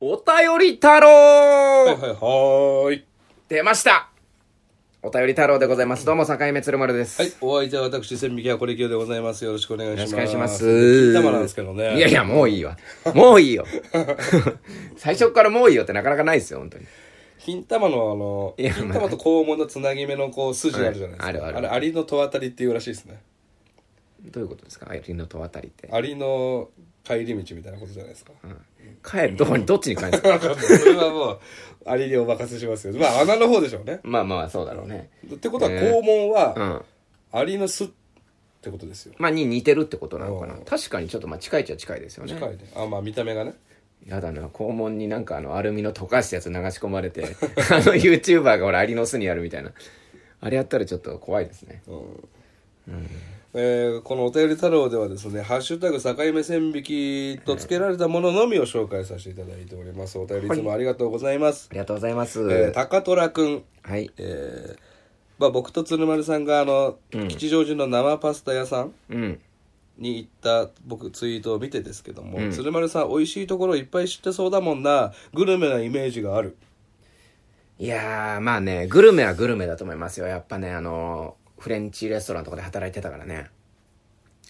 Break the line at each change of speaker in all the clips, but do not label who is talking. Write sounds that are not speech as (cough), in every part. お便り太郎、
はいはいはーい。
出ましたお便り太郎でございます。どうも、境目鶴丸です。
はい、お相手は私、千匹はこれきよでございます。よろしくお願いし
よろ
ま
しく
す。
お願いします。
金玉なんですけどね。
いやいや、もういいわ。もういいよ。 (laughs) 最初からもういいよってなかなかないですよ、本当に。
金玉のあの、
いや
金玉と肛門のつなぎ目のこう筋あるじゃないですか。
はいあるある
れ、アリの戸当たりっていうらしいですね。
どういうことですかアリの戸渡りって。
アリの帰り道みたいなことじゃないですか。
帰る、どこに、どっちに帰るんですか (laughs)
(laughs) わかんないそれはもう、アリにお任せしますよ。まあ、穴の方でしょうね。
まあまあ、そうだろうね。
ってことは、
ね
肛門
う
は、
ん。
アリの巣ってことですよ。
まあ、に似てるってことなのかな
う。ん
確かにちょっと、まあ、近いっちゃ近いですよね。
近いね。あ、まあ、見た目がね。
やだな肛門になんかあのアルミの溶かしたやつ流し込まれて (laughs) あの YouTuber が俺アリの巣にやるみたいなあれやったらちょっと怖いですね
えーこの「お便り太郎」ではですね「ハッシュタグ境目線引き」とつけられたもののみを紹介させていただいておりますお便りいつもありがとうございます、
ありがとうございます、
えー、高虎くん
はい
えーまあ、僕と鶴丸さんがあの、吉祥寺の生パスタ屋さん
うん
に行った僕ツイートを見てですけども、鶴丸さん美味しいところいっぱい知ってそうだもんなグルメなイメージがある
いやーまあねグルメはグルメだと思いますよやっぱねあのーフレンチレストランとかで働いてたからね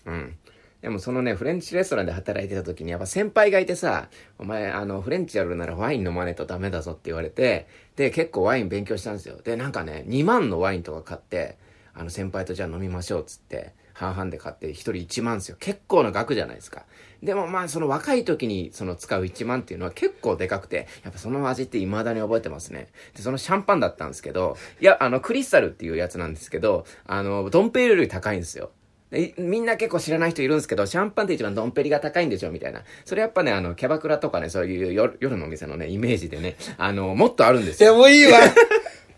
うんでもそのねフレンチレストランで働いてた時にやっぱ先輩がいてさ「お前あのフレンチやるならワイン飲まねえとダメだぞ」って言われてで結構ワイン勉強したんですよでなんかね2万のワインとか買ってあの先輩とじゃあ飲みましょうっつって半々で買って1人1万ですよ結構な額じゃないですかでもまあその若い時にその使う1万っていうのは結構でかくてやっぱその味って未だに覚えてますねでそのシャンパンだったんですけどいやあのクリスタルっていうやつなんですけどあのドンペリより高いんですよでみんな結構知らない人いるんですけど、シャンパンって一番ドンペリが高いんでしょみたいな。それやっぱね、あの、キャバクラとかね、そういう夜夜のお店のね、イメージでね、あの、もっとあるんです
いや
よ。
もういい (laughs) わ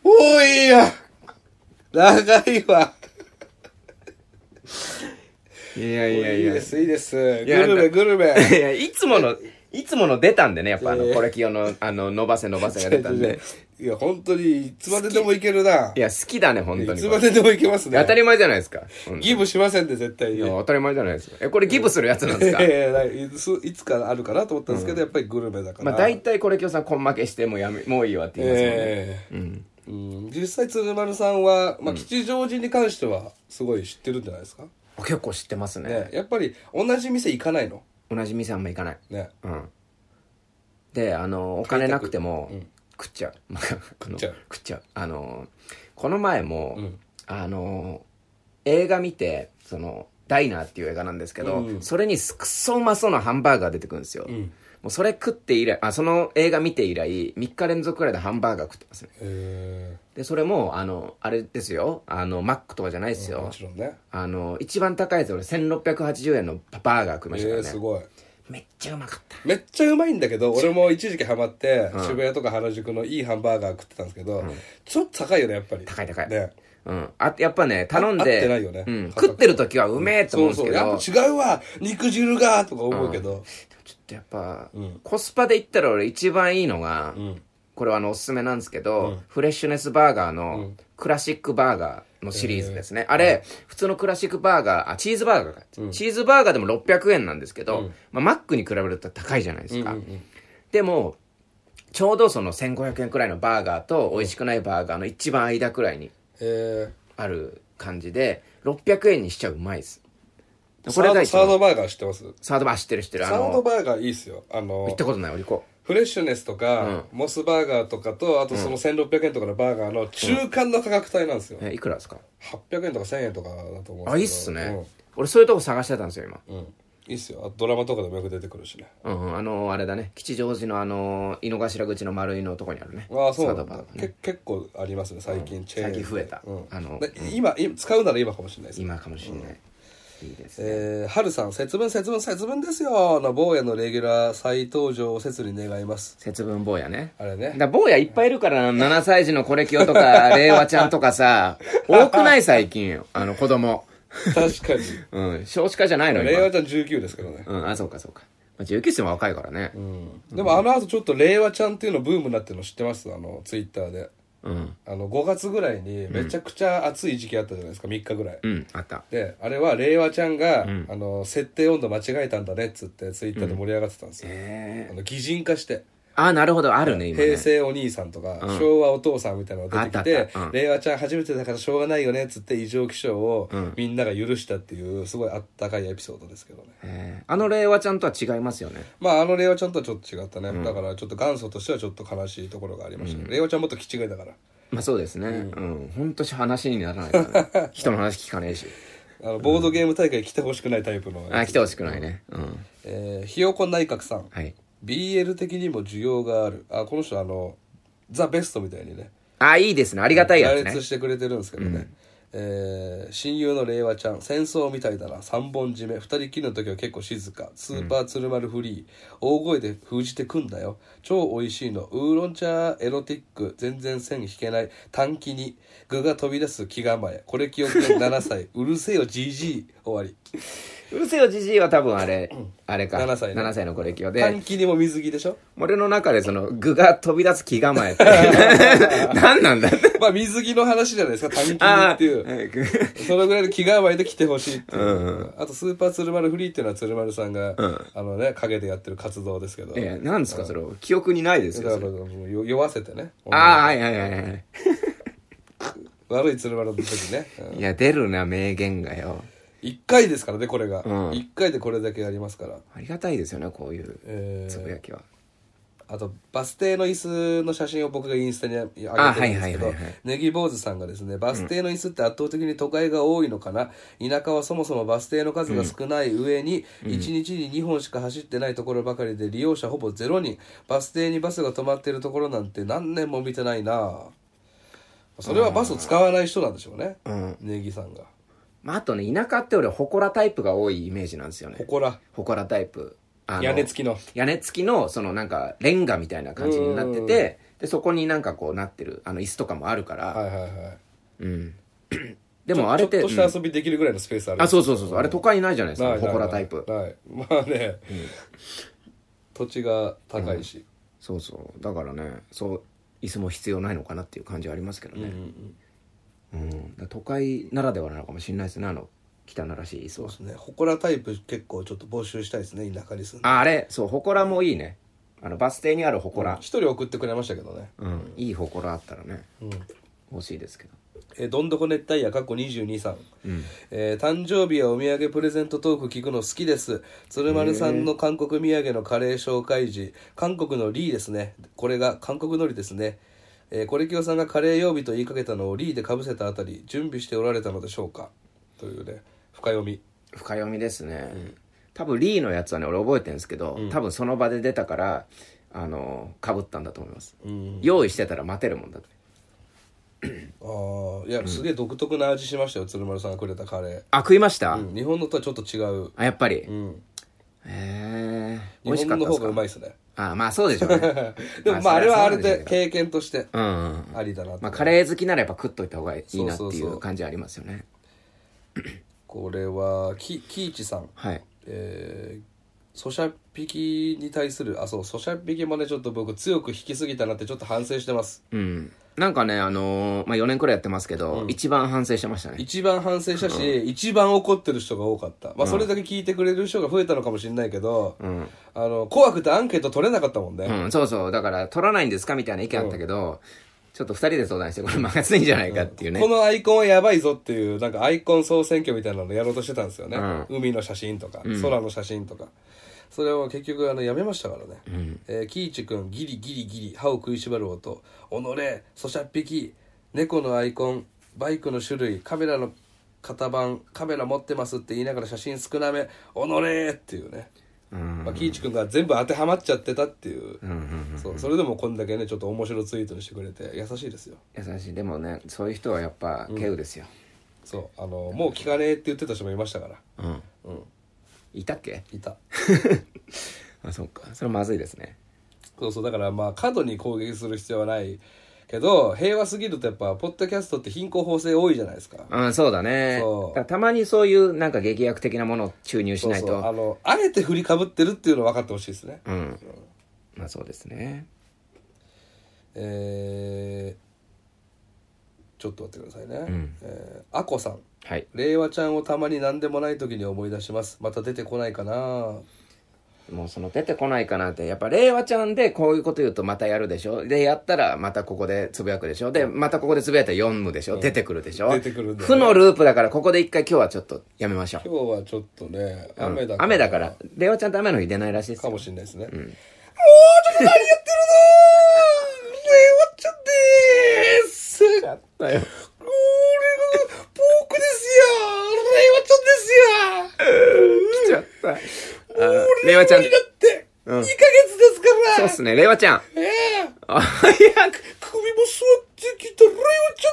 もういいわ長いわ
いやい
いいですいいですグ
や
ルメグルメ
いや、いつもの、いつもの出たんでね、やっぱあ
いやい
の、
や
コレキオの、あの、伸ばせ伸ばせが出たんで。
いや、本当に、いつまででもいけるな。
いや、好きだね、本当
い
に
つ
こ
ま
れ。
ででもいけますね。
当たり前じゃないですか。うんい
ギブしませんで、絶対に。い
や、
や
当たり前じゃないですか。え、これギブするやつなんですか
いやいやいついつかあるかなと思ったんですけど、やっぱりグルメだから。
まあ、大体コレキオさん、こん負けしてもうやめ、もういいわって言いますもんね。
ええうん実際、鶴丸さんは、まあ、吉祥寺に関しては、すごい知ってるんじゃないですか。
結構知ってますね
ね、やっぱり、同じ店行かないの。
同じ店あんま行かない。
ね。
うん、であのお金なくても、食っちゃう (laughs) あの食
っちゃう
食っちゃうあのこの前も、
うん
あの映画見てそのダイナーっていう映画なんですけど、
うん
それにすくっそうまそうなハンバーガー出てくるんですよ、
ん
もうそれ食って以来あその映画見て以来3日連続くらいでハンバーガー食ってますね
え
でそれもあのあれですよあのマックとかじゃないです
え
よ、
もちろんね。
あの一番高いやつ俺1680円のバーガー食いま
え
したか
え
らね
す、ごい。
めっちゃうまかった
めっちゃうまいんだけど俺も一時期ハマって、渋谷とか原宿のいいハンバーガー食ってたんですけど、ちょっと高いよねやっぱり
高い高い
ね
うん、あやっぱね頼んで
合ってないよね
うん、
価格
食ってる時はうめえと思
そううん
です
そ
け
う
ど、
やっ
ちょ
ぱ違うわ肉汁がとか思うけど、
っとやっぱ、
ん
コスパで言ったら俺一番いいのが、
ん
これはあのおすすめなんですけど、フレッシュネスバーガーのクラシックバーガーのシリーズですね、あれ、普通のクラシックバーガーあチーズバーガーか、チーズバーガーでも600円なんですけど、まあ、マックに比べると高いじゃないですか、でもちょうどその1500円くらいのバーガーと美味しくないバーガーの一番間くらいに
え
ある感じで600円にしちゃうまいです
ー、
これが一
サードサー
番
ドバーガー知ってます
サードバー知ってる知ってるあ
サード
の
バーガーいいっすよあ
行
の
ったことない俺行こ
フレッシュネスとか、モスバーガーとかとあとその1600円とかのバーガーの中間の価格帯なんですよ、
うえいくらですか
800円とか1000円とかだと思うんですけど
あいいっすね、俺そういうとこ探してたんですよ今
うん、うん、いいっすよあとドラマとかでもよく出てくるしね
うんうんあのあれだね吉祥寺のあの井の頭口の丸いのとこにあるね
ああそう
サ
な
ー
ん
ド
だ
バーガーね
け結構ありますね最近チェーン
最近増えた
うん
あの
で今今使うなら今かもしれないです
今かもしれない、いいですね
えー、はるさん節分節分節分ですよの坊やのレギュラー再登場を切に願います
節分坊やね
あれ
だか
ね
ら坊やいっぱいいるからな7歳児のコレキオと
(laughs)
か令和ちゃんとかさ多くない最近あの子供
確か
(laughs)
に
うん少子化じゃないの
令和
今
ちゃん19ですけどね、
うんあそうかそうかまあ19歳も若いからね
うんでもあの後ちょっと令和ちゃんっていうのブームになってるの知ってますあのツイッターで
うん
あの5月ぐらいにめちゃくちゃ暑い時期あったじゃないですか3日ぐらい、
うん、あった。
であれは令和ちゃんが、あの設定温度間違えたんだねっつってツイッターで盛り上がってたんですよ、
え
あの擬人化して
ー、あ、なるほど、あるね、今ね。
平成お兄さんとか、
うん
昭和お父さんみたいなのが出てき
あってたあったうん
令和ちゃん初めてだからしょうがないよねっつって異常気象を
うん
みんなが許したっていうすごいあったかいエピソードですけどね、
えーあの令和ちゃんとは違いますよね。
まああの令和ちゃんとはちょっと違ったね、だからちょっと元祖としてはちょっと悲しいところがありましたけど、令和ちゃんもっと気違いだから
まあそうですね。うん。ほんとし話にならないから
(laughs)
ね。人の話聞かねえし。
あのボードゲーム大会来てほしくないタイプの、
あ、来てほしくないね。うん。
えーひよこ内閣さん、
はい。
BL 的にも需要があるあこの人あのザ・ベストみたいにね
あ、いいですね。ありがたいやつ
羅列
ね。
してくれてるんですけどね、えー親友の令和ちゃん戦争みたいだな3本締め2人きりの時は結構静かスーパー鶴丸フリー、大声で封じてくんだよ超美味しいのウーロン茶エロティック全然線引けない短気に具が飛び出す気構えこれ記憶7歳
(laughs)
うるせえよじじい終わり
うるせえよ、じじいは多分あれ、あれか。
7歳ね
7歳の子歴をで。
短気にも水着でしょ
俺の中でその具が飛び出す気構え
(laughs)
って。何なんだって。
まあ水着の話じゃないですか短気に
ああ。
っていう
う
そのぐらいの気構えで来てほしいっていう、
うん
あとスーパー鶴丸フリーっていうのは鶴丸さんが、あのね陰でやってる活動ですけど、
ん。いや、なんですか、それ。記憶にないです
だか
よ、
ら
それ。
もうよ酔わせてね
ああ、はいはいはいはい。
悪い鶴丸の時ね、うん
いや、出るな、名言がよ。
1回ですからねこれが、
うん
1回でこれだけやりますから、
ありがたいですよね、こういう
えー
つぶやきは。
あとバス停の椅子の写真を僕がインスタに上げてる
あはい
んで
は
す
い
け
はいは
ど
い
ネギ坊主さんがですねバス停の椅子って圧倒的に都会が多いのかな、田舎はそもそもバス停の数が少ない上に、1日に2本しか走ってないところばかりで利用者ほぼゼロ人バス停にバスが止まってるところなんて何年も見てないなそれはバスを使わない人なんでしょうね、
うん
ネギさんが
まあ、あとね、田舎って俺、祠タイプが多いイメージなんですよね。
祠
祠タイプ。あの
屋根付きの
屋根付きの、そのなんか、レンガみたいな感じになってて、で、そこになんかこうなってる、あの、椅子とかもあるから、
はいはいはい
うん。でもあ
ち
れ
ょ
っ
っと
て、
した
うん
遊びできるぐらいのスペースある
あ、そうそうそうそう、あれ都会ないじゃないです
な
か、
いないない
祠タイプ。
ないまあね、土地が高いし、
そうそう。だからね、そう、椅子も必要ないのかなっていう感じはありますけどね。うん、だから都会ならではなのかもしれないですね、あの、北ならしい椅子は。
ねほこらタイプ結構ちょっと募集したいですね田舎に住んで
あ、あれ、そう、祠もいいね。あの、バス停にある祠。
一人送ってくれましたけどね、
うん、いい祠あったらね、
うん
欲しいですけど。
えーどんどこ熱帯夜かっこ22さん、
うん。
えー誕生日やお土産プレゼントトーク聞くの好きです鶴丸さんの韓国土産のカレー紹介時韓国のリーですねこれが韓国のりですねえー、コレキオさんがカレー曜日と言いかけたのをリーでかぶせたあたり準備しておられたのでしょうかというね深読み
深読みですね、多分リーのやつはね俺覚えてるんですけど、多分その場で出たからあのかぶったんだと思います、用意してたら待てるもんだって
ああいやすげえ独特な味しましたよ、鶴丸さんがくれたカレ
あ食いました、
ー、うん日本のとはちょっと違う、
あやっぱり、
うん、
へえ美味
日
しかっ
本
たで
の方
す
が
か
うまいですね
あまあそうでしょう
(laughs)
ね
でもまああれはあれ
そりゃ
で経験として
うんうんうん
ありだなと、
まあカレー好きならやっぱ食っといた方がいいなって
そ
い
うそうそうう
感じありますよね
これはきキイチさん
はい
えー、ソシャピキに対するあそうソシャピキもねちょっと僕強く引きすぎたなってちょっと反省してます
うんなんかねあのーまあ4年くらいやってますけど、一番反省してましたね
一番反省したし、一番怒ってる人が多かったまあそれだけ聞いてくれる人が増えたのかもしれないけど、
ん
あの怖くてアンケート取れなかったもんね、
うん、そうそう。だから、取らないんですかみたいな意見あったけど、ちょっと二人で相談して、これまずいんじゃないかっていうね。
このアイコンはやばいぞっていう、なんかアイコン総選挙みたいなのやろうとしてたんですよね。
うん
海の写真とか、空の写真とか。それを結局あのやめましたからね。えー、キイチ君、ギリギリギリ、歯を食いしばる音、おのれ、そしゃっぴき、猫のアイコン、バイクの種類、カメラの型番、カメラ持ってますって言いながら写真少なめ、おのれっていうね。
うん。
まあ、キイチ君が全部当てはまっちゃってたっていう。そう、それでもこんだけね、ちょっと面白いツイートにしてくれて、優しいですよ。
優しい。でもね、そういう人はやっぱ、稀有ですよ。
そうあのもう聞かねえって言ってた人もいましたから
うん。いたっけ (laughs)
いた
あ、そっか。それまずいですね。
そうそうだからまあ過度に攻撃する必要はないけど平和すぎるとやっぱポッドキャストって貧困法制多いじゃないですか
うん、そうだね。
そう
だからたまにそういう、なんか劇薬的なものを注入し
そう
ないと。
そうあのあえて振りかぶってるっていうのは分かってほしいですね、
うん。まあそうですね。
えー、ちょっと待ってくださいね、
ん
えーあこさん
はい。
令和ちゃんをたまに何でもない時に思い出しますまた出てこないかな
もうその出てこないかなってやっぱ令和ちゃんでこういうこと言うとまたやるでしょでやったらまたここでつぶやくでしょでまたここでつぶやいたら読むでしょ、出てくるでしょ
出てくるんだよね
負のループだからここで一回今日はちょっとやめましょう
今日はちょっとね雨だ
雨だから令和ちゃんって雨の日出ないらしいです
か
よ
もしれないですね、おーちょっと何やってるのー令和ちゃんでーす
やったよ
これが僕ですよ令和ちゃんで
来
すよ
ちゃったあ令和ちゃん
だって
うん
2ヶ月ですから、
そうっすね令和ちゃん
ええ
あ早く
首も座ってきた令和ち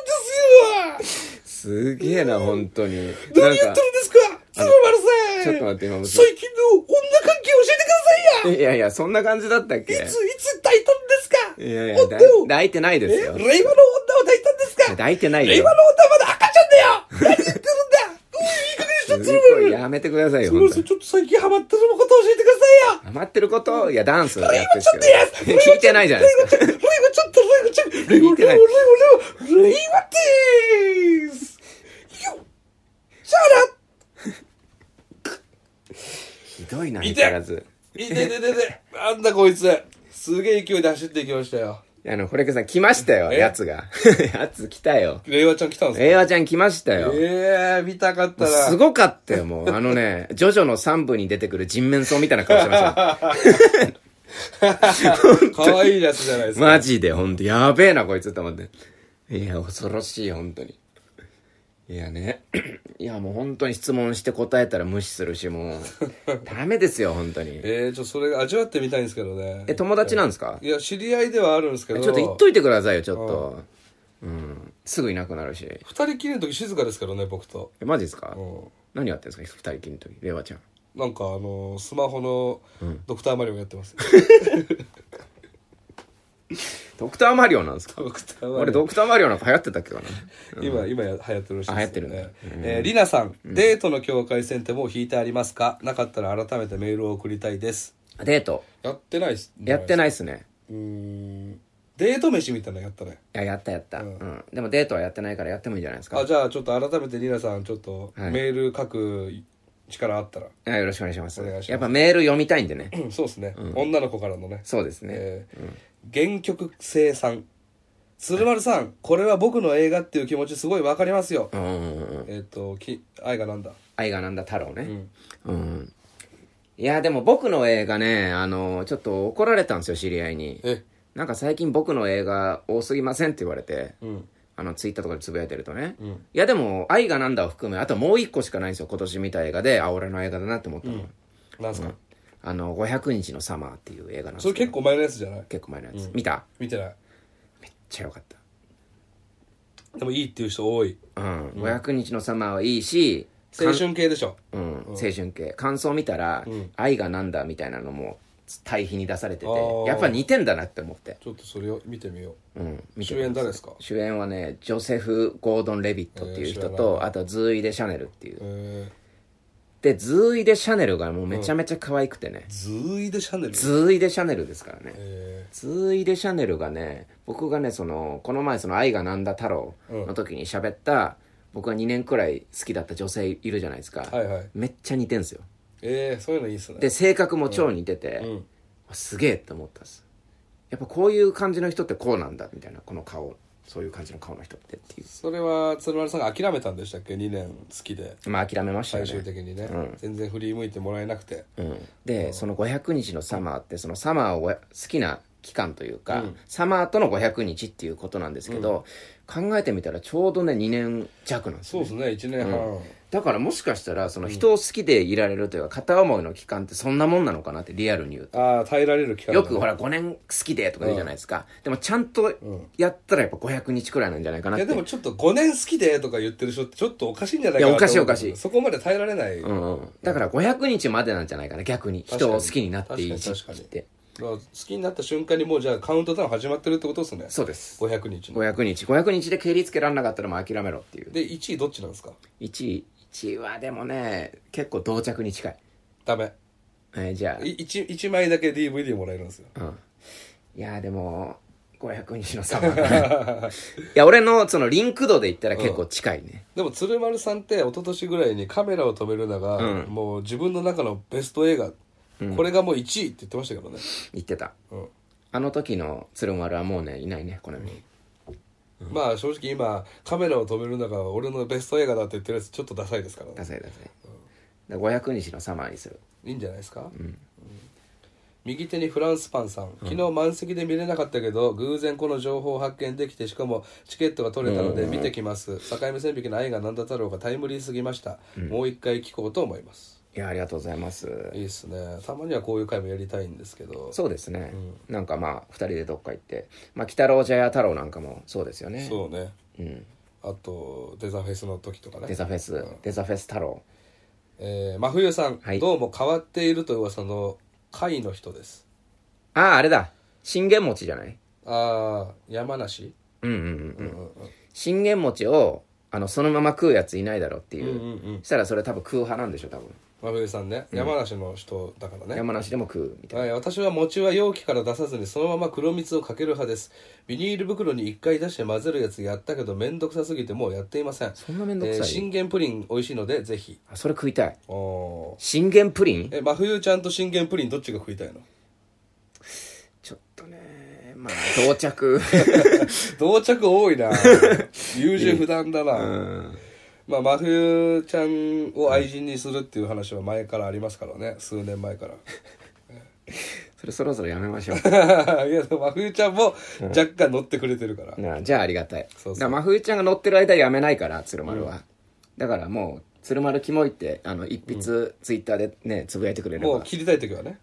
ゃんですよ
すげえな本当に
何
なん
や
か
ってるんですか鶴丸さん
ちょっと待って今も
最近の女関係教えてくださいや
いやいやそんな感じだったっけ
いついつ抱いたんですか
いやい
お
や
っ
だ
と
抱いてないです
え令
よ
和の女を抱いたんですか
抱いてないよ
令和の女はまだ赤ちゃんだよ何言ってるんだうんいい加減にし
す
て鶴
ごい
丸
やめてくださいよ
鶴丸
本
さ
当に
んちょっと最近ハマってること教えてくださいよ
ハマってることいやダンスやってるん
今ちょっとや
ですけど (laughs) 聞いてないじゃないですか
レイゴちょっと、レイゴちょっと、レイゴ、レイゴ、レイゴ、レイゴ、レイゴでーすよっシ
ひどいな相変わらず
ャラいてててて、なんだこいつ。すげえ勢いで走っていきましたよ。
あの堀池さん来ましたよ
え
やつがやつ来たよ
レイワちゃん来たんですか
令和ちゃん来ましたよ
ええー、見たかったな。
すごかったよ、もう。あのね、ジョジョの3部に出てくる人面相みたいな顔してま
(laughs)
したよ。
かわいいやつじゃないですか。
マジで、ほんと、やべえな、こいつって思って。いや、恐ろしい、ほんとに。いやね。 (clears throat) いや、もう本当に質問して答えたら無視するし、もう。ダメですよ、本当に。
ええー、ちょっとそれ味わってみたいんですけどね。
え、友達なんですか
いや、知り合いではあるんですけ
ちょ
ど。
っと言っといてくださいよ、ちょっと。うん。すぐいなくなるし。
二人きりの時静かですからね、僕と。
え、マジですか
うん。
何やってんですか二人きりの時、レワちゃん。
なんかあのースマホのドクターマリオやってます。
ドクターマリオなんですか
ドクターマ
俺、
リオ。
ドクターマリオなんか流行ってたっけかな。
今、今や流行ってるらしいです、ね。
あ流行ってるんだ
えーリナさん、デートの境界線ってもう引いてありますかなかったら改めてメールを送りたいです。 (laughs)
デート。
やってないっす。
やってないっすね。
うーん。デート飯みたいなのやったね。
いや、やったやった、うんん。でもデートはやってないからやってもいいんじゃないですか。
あ、じゃあちょっと改めてリナさん、ちょっと
はい
メール書く力あったら。
あよろしくお願いします。
お願いします
やっぱメール読みたいんで
(laughs)
ね。
うんそうですね、女の子からのね。
そうですね。
えー原曲生産。鶴丸さん、これは僕の映画っていう気持ちすごいわかりますよ。
うんうんうんうん。
えっ、と、き愛がなんだ
愛がなんだ太郎ね。うん。うんいや、でも僕の映画ね、あの、ちょっと怒られたんですよ、知り合いに。
え、
なんか最近僕の映画多すぎませんって言われて、
うん。
あの、ツイッターとかでつぶやいてるとね。
うん
いや、でも、愛がなんだを含め、あともう一個しかないんですよ、今年見た映画で、あ、俺の映画だなって思ったの。
なんすか、
あの、500日のサマーっていう映画なんです
それ結構前のやつじゃない
結構前のやつ。見た
見てない。
めっちゃよかった。
でもいいっていう人多い。
うん、500日のサマーはいいし、
青春系でしょ。
うん、青春系感想見たら、愛がなんだみたいなのも対比に出されて
あー
てやっぱ似てんだなって思って、
ちょっとそれを見てみよ
うん、
う。
見て
主演誰ですか
主演はねジョセフ・ゴードン・レビットっていう人
えー知ら
と、あとズーイ・デ・シャネルっていう
え
でズーイ・デ・シャネルがもうめちゃめちゃ可愛くてね、
ー、ズーイでシャネル。
ズーイ・デ・シャネルですからね、
え
ズーイ・デ・シャネルがね僕がねそのこの前その「愛がなんだ太郎」の時に喋った、僕が2年くらい好きだった女性いるじゃないですか、
ー、はいはい。
めっちゃ似てんすよ
えー、そういうのいいっすね。
で性格も超似てて、
うん。
すげえって思ったんですやっぱこういう感じの人ってこうなんだみたいなこの顔そういう感じの顔の人ってってい
それは鶴丸さんが諦めたんでしたっけ ?2 年好きで。
うまあ諦めましたよ
最
ね、
終的にね、全然振り向いてもらえなくて。
うん、でその500日のサマーってそのサマーを好きな期間というか、サマーとの500日っていうことなんですけど、考えてみたらちょうどね2年弱なんです
そうですね、1年半。
だからもしかしたらその人を好きでいられるというか片思いの期間ってそんなもんなのかなってリアルに言うと
ああ、耐えられる期間だ
よ
ね
くほら5年好きでとか言うじゃないですか、でもちゃんとやったらやっぱ500日くらいなんじゃないかなっ
い
て
やでもちょっと5年好きでとか言ってる人ってちょっとおかしいんじゃない
い
か
や
なと思う
おかしいおかしい
そこまで耐えられない、
うんうん、だから500日までなんじゃないかな逆に
かに
人を好きになっていい時
確か
期
に
っ
確
て
だから好きになった瞬間にもうじゃあカウントダウン始まってるってことですね
そうです
500日の
500日500日で蹴りつけられなかったらもう諦めろっていう
で1位どっちなんですか
1位1位はでもね結構到着に近い、
ダメ
えーじゃ
い 1, 1枚だけ DVD もらえるんですよ
あ、うん、いやーでも500日の差は (laughs) いや俺のそのリンク度で言ったら結構近いね、
でも鶴丸さんって一昨年ぐらいにカメラを止めるのが、もう自分の中のベスト映画これがもう1位って言ってましたけどね、
言ってた
うん
あの時の鶴丸はもうねいないねこの世に
まあ正直今カメラを止めるのが俺のベスト映画だって言ってるやつちょっとダサいですからね
ダサいダサいで500日のサマーにする
いいんじゃないですか、うん右手にフランスパンさん昨日満席で見れなかったけど、偶然この情報を発見できてしかもチケットが取れたので見てきます、境目線引きの愛が何だ太郎がタイムリーすぎました、もう一回聞こうと思います
いやありがとうございます
いいですねたまにはこういう回もやりたいんですけど
そうですね、なんかまあ2人でどっか行ってまあ鬼太郎茶屋太郎なんかもそうですよね
そうね
うん
あとデザフェスの時とかね
デザフェス、デザフェス太郎
えー真冬さん、
はい
どうも変わっていると噂の会の人です
あああれだ信玄餅じゃない
ああ山梨
うんうんうんうん信玄餅をあのそのまま食うやついないだろっていう、
うんうん
そしたらそれ多分食う派なんでしょ多分
真冬さんね、山梨の人だからね
山梨でも食うみたい
はい、私は餅は容器から出さずにそのまま黒蜜をかける派ですビニール袋に一回出して混ぜるやつやったけど面倒くさすぎてもうやっていません
そんなめんどくさい
えー信玄プリン美味しいのでぜひ
なあそれ食いたい
おー
信玄プリン
え真冬ちゃんと信玄プリンどっちが食いたいの
ちょっとねまあ到着
同着多
(laughs)
いな優柔不断だな、まあ、真冬ちゃんを愛人にするっていう話は前からありますからね数年
(laughs)
前から
それそろそろやめましょう
いや、でも真冬ちゃんも若干乗ってくれてるから。
なあじゃあありがたい
そうそう
だから真冬ちゃんが乗ってる間やめないから鶴丸は、だからもう鶴丸キモいってあの一筆ツイッターでねつぶやいてくれれ
もう
ば
切りたい時はね。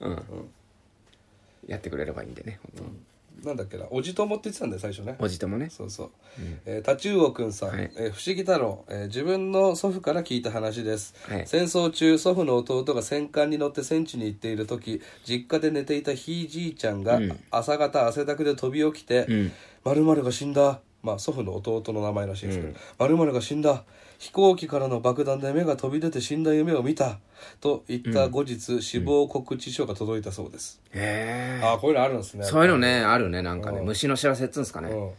やってくれればいいんでね本当、
なんだっけな、おじと思って言ってたんだよ、最初ね。
おじともね
そうそう。えー、タチウオくんさん、
はい
えー不思議太郎、えー自分の祖父から聞いた話です。
はい
戦争中、祖父の弟が戦艦に乗って戦地に行っている時、実家で寝ていたひいじいちゃんが、朝方汗だくで飛び起きて、〇〇が死んだ。まあ、祖父の弟の名前らしいですけど、〇〇が死んだ。飛行機からの爆弾で目が飛び出て死んだ夢を見た。と言った後日、死亡告知書が届いたそうです。
へえ
ああ、こういうのあるんですね。
そういうのねあるねなんかね虫の知らせっつうんですかね、
うん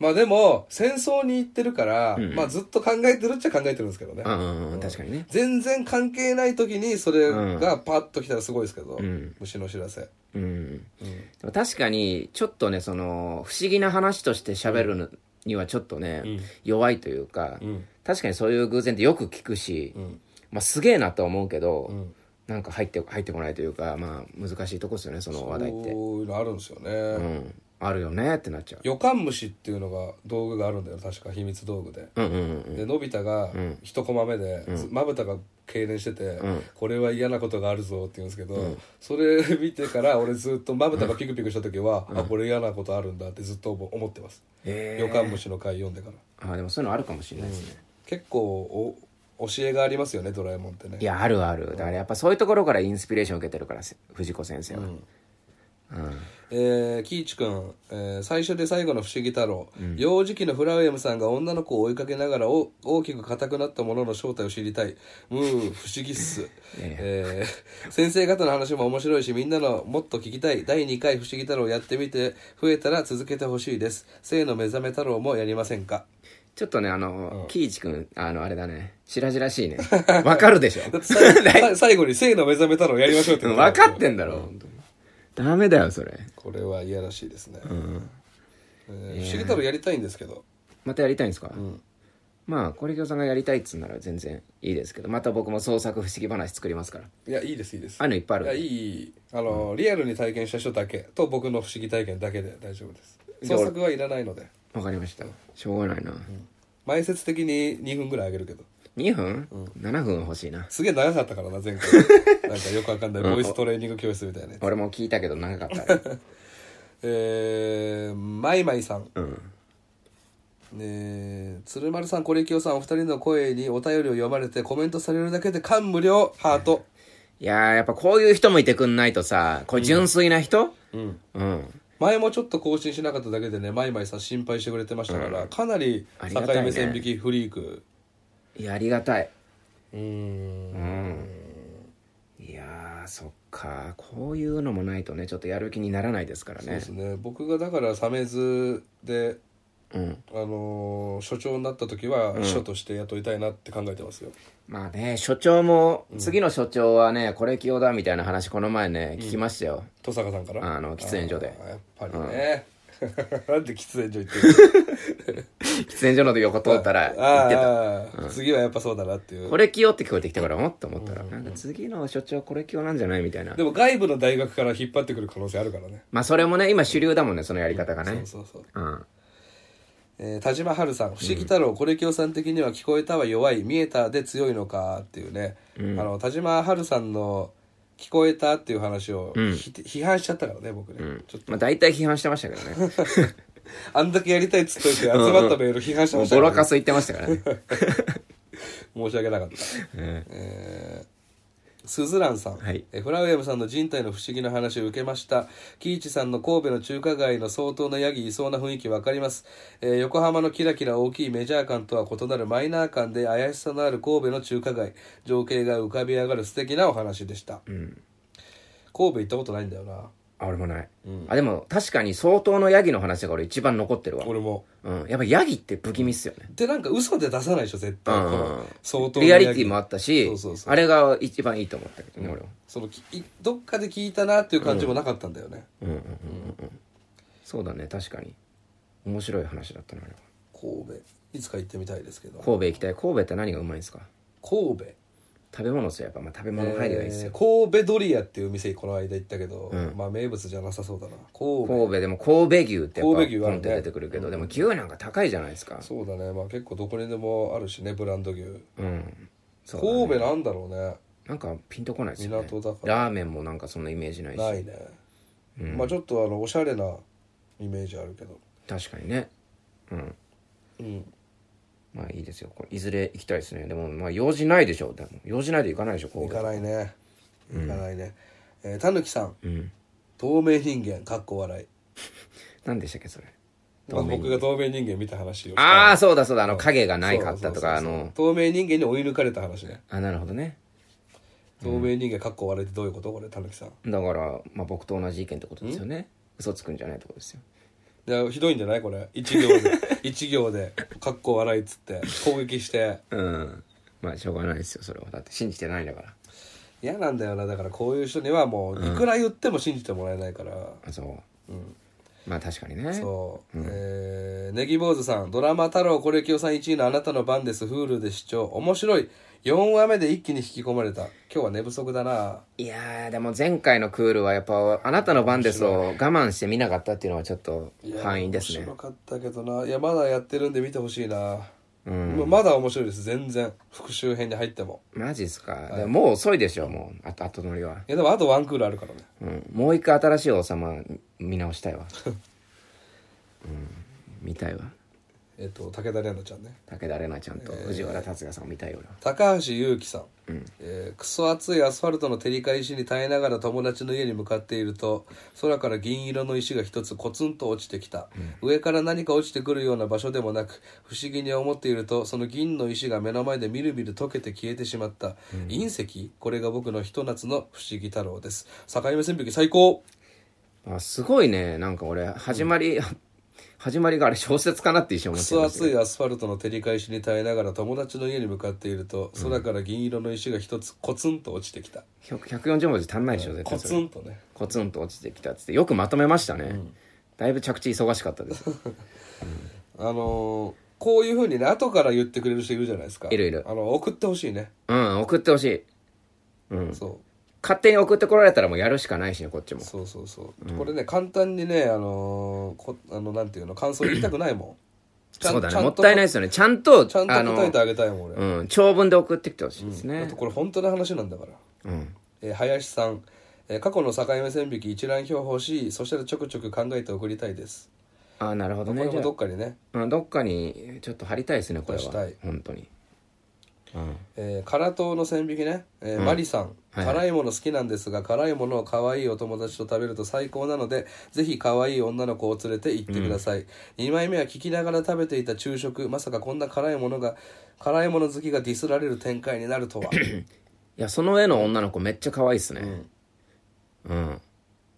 まあでも戦争に行ってるから、まあずっと考えてるっちゃ考えてるんですけどね、
うんうんうん確かにね
全然関係ない時にそれがパッと来たらすごいですけど、虫の知らせ
うん、でも確かにちょっとねその不思議な話として喋るのにはちょっとね、弱いというか、確かにそういう偶然ってよく聞くし、まあ、すげえなとは思うけど、なんか入って入ってこないというかまあ難しいとこですよねその話題って
こういうのあるんですよね、
う、ん、あるよねってなっちゃう
予感虫っていうのが道具があるんだよ確か秘密道具で、
うんうんうん
でのび太が一コマ目でまぶたが痙攣してて、これは嫌なことがあるぞって言うんですけど、それ見てから俺ずっとまぶたがピクピクした時は、あこれ嫌なことあるんだってずっと思思ってます、
へ
予感虫の回読んでから
あでもそういうのあるかもしれないですね、
結構お教えがありますよねドラえもんってね
いやあるあるだからやっぱそういうところからインスピレーション受けてるからせ藤子先生は、
えー、キイチ君、えー最初で最後の不思議太郎、幼児期のフラウエムさんが女の子を追いかけながらお大きく硬くなったものの正体を知りたいムー不思議っすえー先生方の話も面白いしみんなのもっと聞きたい第2回不思議太郎やってみて増えたら続けてほしいです生の目覚め太郎もやりません (laughs) か
ちょっとね、あの、喜一くん、あの、あれだね、白々しいね。わかるでしょ
さ最後に生の目覚め太郎やりましょうって
う
言
ん
た
わかってんだろ、本当にダメだよ、それ。
これはいやらしいですね、えー不思議太郎やりたいんですけど
またやりたいんですか、まあ、これきょさんがやりたいっつうなら全然いいですけど、また僕も創作不思議話作りますから。
いやいいですいいです
ああいうのいっぱいあ
いや
る。
いいあの、リアルに体験した人だけと僕の不思議体験だけで大丈夫です
じゃあ
創作はいらないので
わかりました。しょうがないな。
前説的に2分ぐらいあげるけど
2分、?7 分欲しいな。
すげえ長かったからな
(laughs)
前回なんかよくわかんないボイストレーニング教室みたいなやつ
俺も聞いたけど長かった
(laughs)
ね。
えー、マイマイさん、
うん。
ねえ鶴丸さん、コレキオさん、お二人の声にお便りを読まれてコメントされるだけで感無量、ハート。
いやー、やっぱこういう人もいてくんないとさ、これ純粋な人、
うん、
うん。
前もちょっと更新しなかっただけでね、マイマイさん心配してくれてましたから、かなり
あり
境
がたいね
目線引きフリーク。
いや、ありがたい。
うーん
いやーそっかこういうのもないとねちょっとやる気にならないですから
そう
ね
ですね僕がだから鮫洲で
うん
あのー所長になった時は秘書として雇いたいなって考えてますよ、
まあね所長も次の所長はねこれ起用だみたいな話この前ね聞きましたよ、
登坂さんから
あの喫煙所で
あーやっぱりね、 (laughs) なんで喫煙所
(laughs)
行ってる
喫煙所の横通ったら
のああ、次はやっぱそうだなっていう
これ起用って聞こえてきたからおっと思ったらなんか次の所長これ起用なんじゃないみたいな
でも外部の大学から引っ張ってくる可能性あるからね
まあそれもね今主流だもんねそのやり方が
そ
ね
うそうそう、
うん
えー田島春さん「不思議太郎、これきょうさん的には聞こえたは弱い見えたで強いのか」っていうね、あの田島春さんの「聞こえた」っていう話をひて、批判しちゃったからね僕ね、ちょっと
まあ大体批判してましたけど
(laughs)
ね
あんだけやりたいっつっといて集まったメール批判
(laughs)
し
も
ま
う
した
ボ
から
ロカス言ってましたからね
申し訳なかった、
え
えースズランさん、
はい
えフラウエムさんの人体の不思議な話を受けました喜一さんの神戸の中華街の相当なヤギいそうな雰囲気わかります、えー横浜のキラキラ大きいメジャー感とは異なるマイナー感で怪しさのある神戸の中華街情景が浮かび上がる素敵なお話でした、神戸行ったことないんだよな
あ俺もない、あでも確かに相当のヤギの話が俺一番残ってるわ
俺も
うん、やっぱヤギって不気味っすよね
でなんか嘘で出さないでしょ絶対、この相当な
リア
ヤギ
リティもあったし
そうそうそう
あれが一番いいと思ったけどね、俺は
そのきいどっかで聞いたなっていう感じもなかったんだよね、
そうだね確かに面白い話だったなあれは
神戸いつか行ってみたいですけど
神戸行きたい神戸って何がうまいんですか
神戸
食べ物っすよやっぱ、まあ、食べ物入りがいいっすよ、
えー神戸ドリアっていう店この間行ったけど、まあ名物じゃなさそうだな神戸
神戸でも神戸牛ってやっぱ
神戸牛あ
ポ
る
ン
ね
って出てくるけど、でも牛なんか高いじゃないですか
そうだねまあ結構どこにでもあるしねブランド牛、
うんそう
神戸なんだろうね
なんかピンとこないですよね
港だか
ラーメンもなんかそんなイメージないし
ないね、まあちょっとあのおしゃれなイメージあるけど
確かにねうん
うん
まあいいですよこれいずれ行きたいですねでもまあ用事ないでしょでも用事ないで行かないでしょ
行
神戸
かないね行かないね、えーたぬきさん
うん
透明人間かっこ笑い
何でしたっけそれ
まあ、僕が透明人間見た話をした
ああそうだそうだあの影がないかったとかあ
そうそうそうそう
の
透明人間に追い抜かれた話ね
あなるほどね
透明人間かっこ笑いってどういうことこれたぬきさん
だから、まあ、僕と同じ意見ってことですよね嘘つくんじゃないってことですよ
いやひどいんじゃないこれ一行で
(laughs)
一行でかっこ笑いっつって攻撃して
うんまあしょうがないですよそれはだって信じてないんだから
嫌なんだよなだからこういう人にはもういくら言っても信じてもらえないから、
あそう、まあ確かにね
そう、えー、ネギ坊主さんドラマ太郎これきよさん1位のあなたの番です Hulu で視聴面白い4話目で一気に引き込まれた今日は寝不足だない
やーでも前回のクールはやっぱ「あなたの番です」を我慢して見なかったっていうのはちょっと敗因です
面
ね
白かったけどないやまだやってるんで見てほしいな、
う
もうまだ面白いです全然復習編に入っても
マジっすか、でももう遅いでしょもうあと後乗りは、
いやでもあとワンクールあるからね
うん、もう一回新しい王様見直したい
(laughs)
わ、うん、見たいわ
えっと武田玲奈ちゃんね
武田玲奈ちゃんと藤原竜也さんを見たいよ俺は
高橋優希さん、えークソ熱いアスファルトの照り返しに耐えながら友達の家に向かっていると空から銀色の石が一つコツンと落ちてきた、上から何か落ちてくるような場所でもなく不思議に思っているとその銀の石が目の前でみるみる溶けて消えてしまった、隕石これが僕のひと夏の不思議太郎です境目線引き最高
あすごいねなんか俺始まり、 (laughs) 始まりがあれ小説かなって一瞬思
ク
って
ソ
ました
熱いアスファルトの照り返しに耐えながら友達の家に向かっていると空から銀色の石が一つコツンと落ちてきた、
140文字足んないでしょ絶
コ
対それ
ツンとね
コツンと落ちてきたっつってよくまとめましたね、だいぶ着地忙しかったです
あのーこういうふうにね後から言ってくれる人いるじゃないですか
いるいる
あの送ってほしいね、
うん送ってほしい
そ
勝手に送ってこられたらもうやるしかないしねこっちも
うそうそうそう、これね簡単にねあのーこあのなんていうの感想言いたくないもんちゃ
(clears throat)
ん
そうだ
ち
ね
ゃんと
もったいないですよねちゃんと
ちゃんと
あ
答え
の
てあげたいもん俺、
うん長文で送ってきてほしいです
だっ
ね
てこれ本当の話なんだから、
うん
えー林さん、えー過去の境目線引き一覧表欲しいそしたらちょくちょく考えて送りたいです
あなるほど
こ
ね
れ
じ
も
ゃ
どっかにね、
あうんどっかにちょっと貼りたいですねこれ
出した
はい本当にうん
えー、辛党の線引きね、えーマリさん、辛いもの好きなんですが辛いものを可愛いお友達と食べると最高なのでぜひ可愛い女の子を連れて行ってください、2枚目は聞きながら食べていた昼食まさかこんな辛いものが辛いもの好きがディスられる展開にな
(coughs)
るとは
いやその絵の女の子めっちゃ可愛いっすねうん、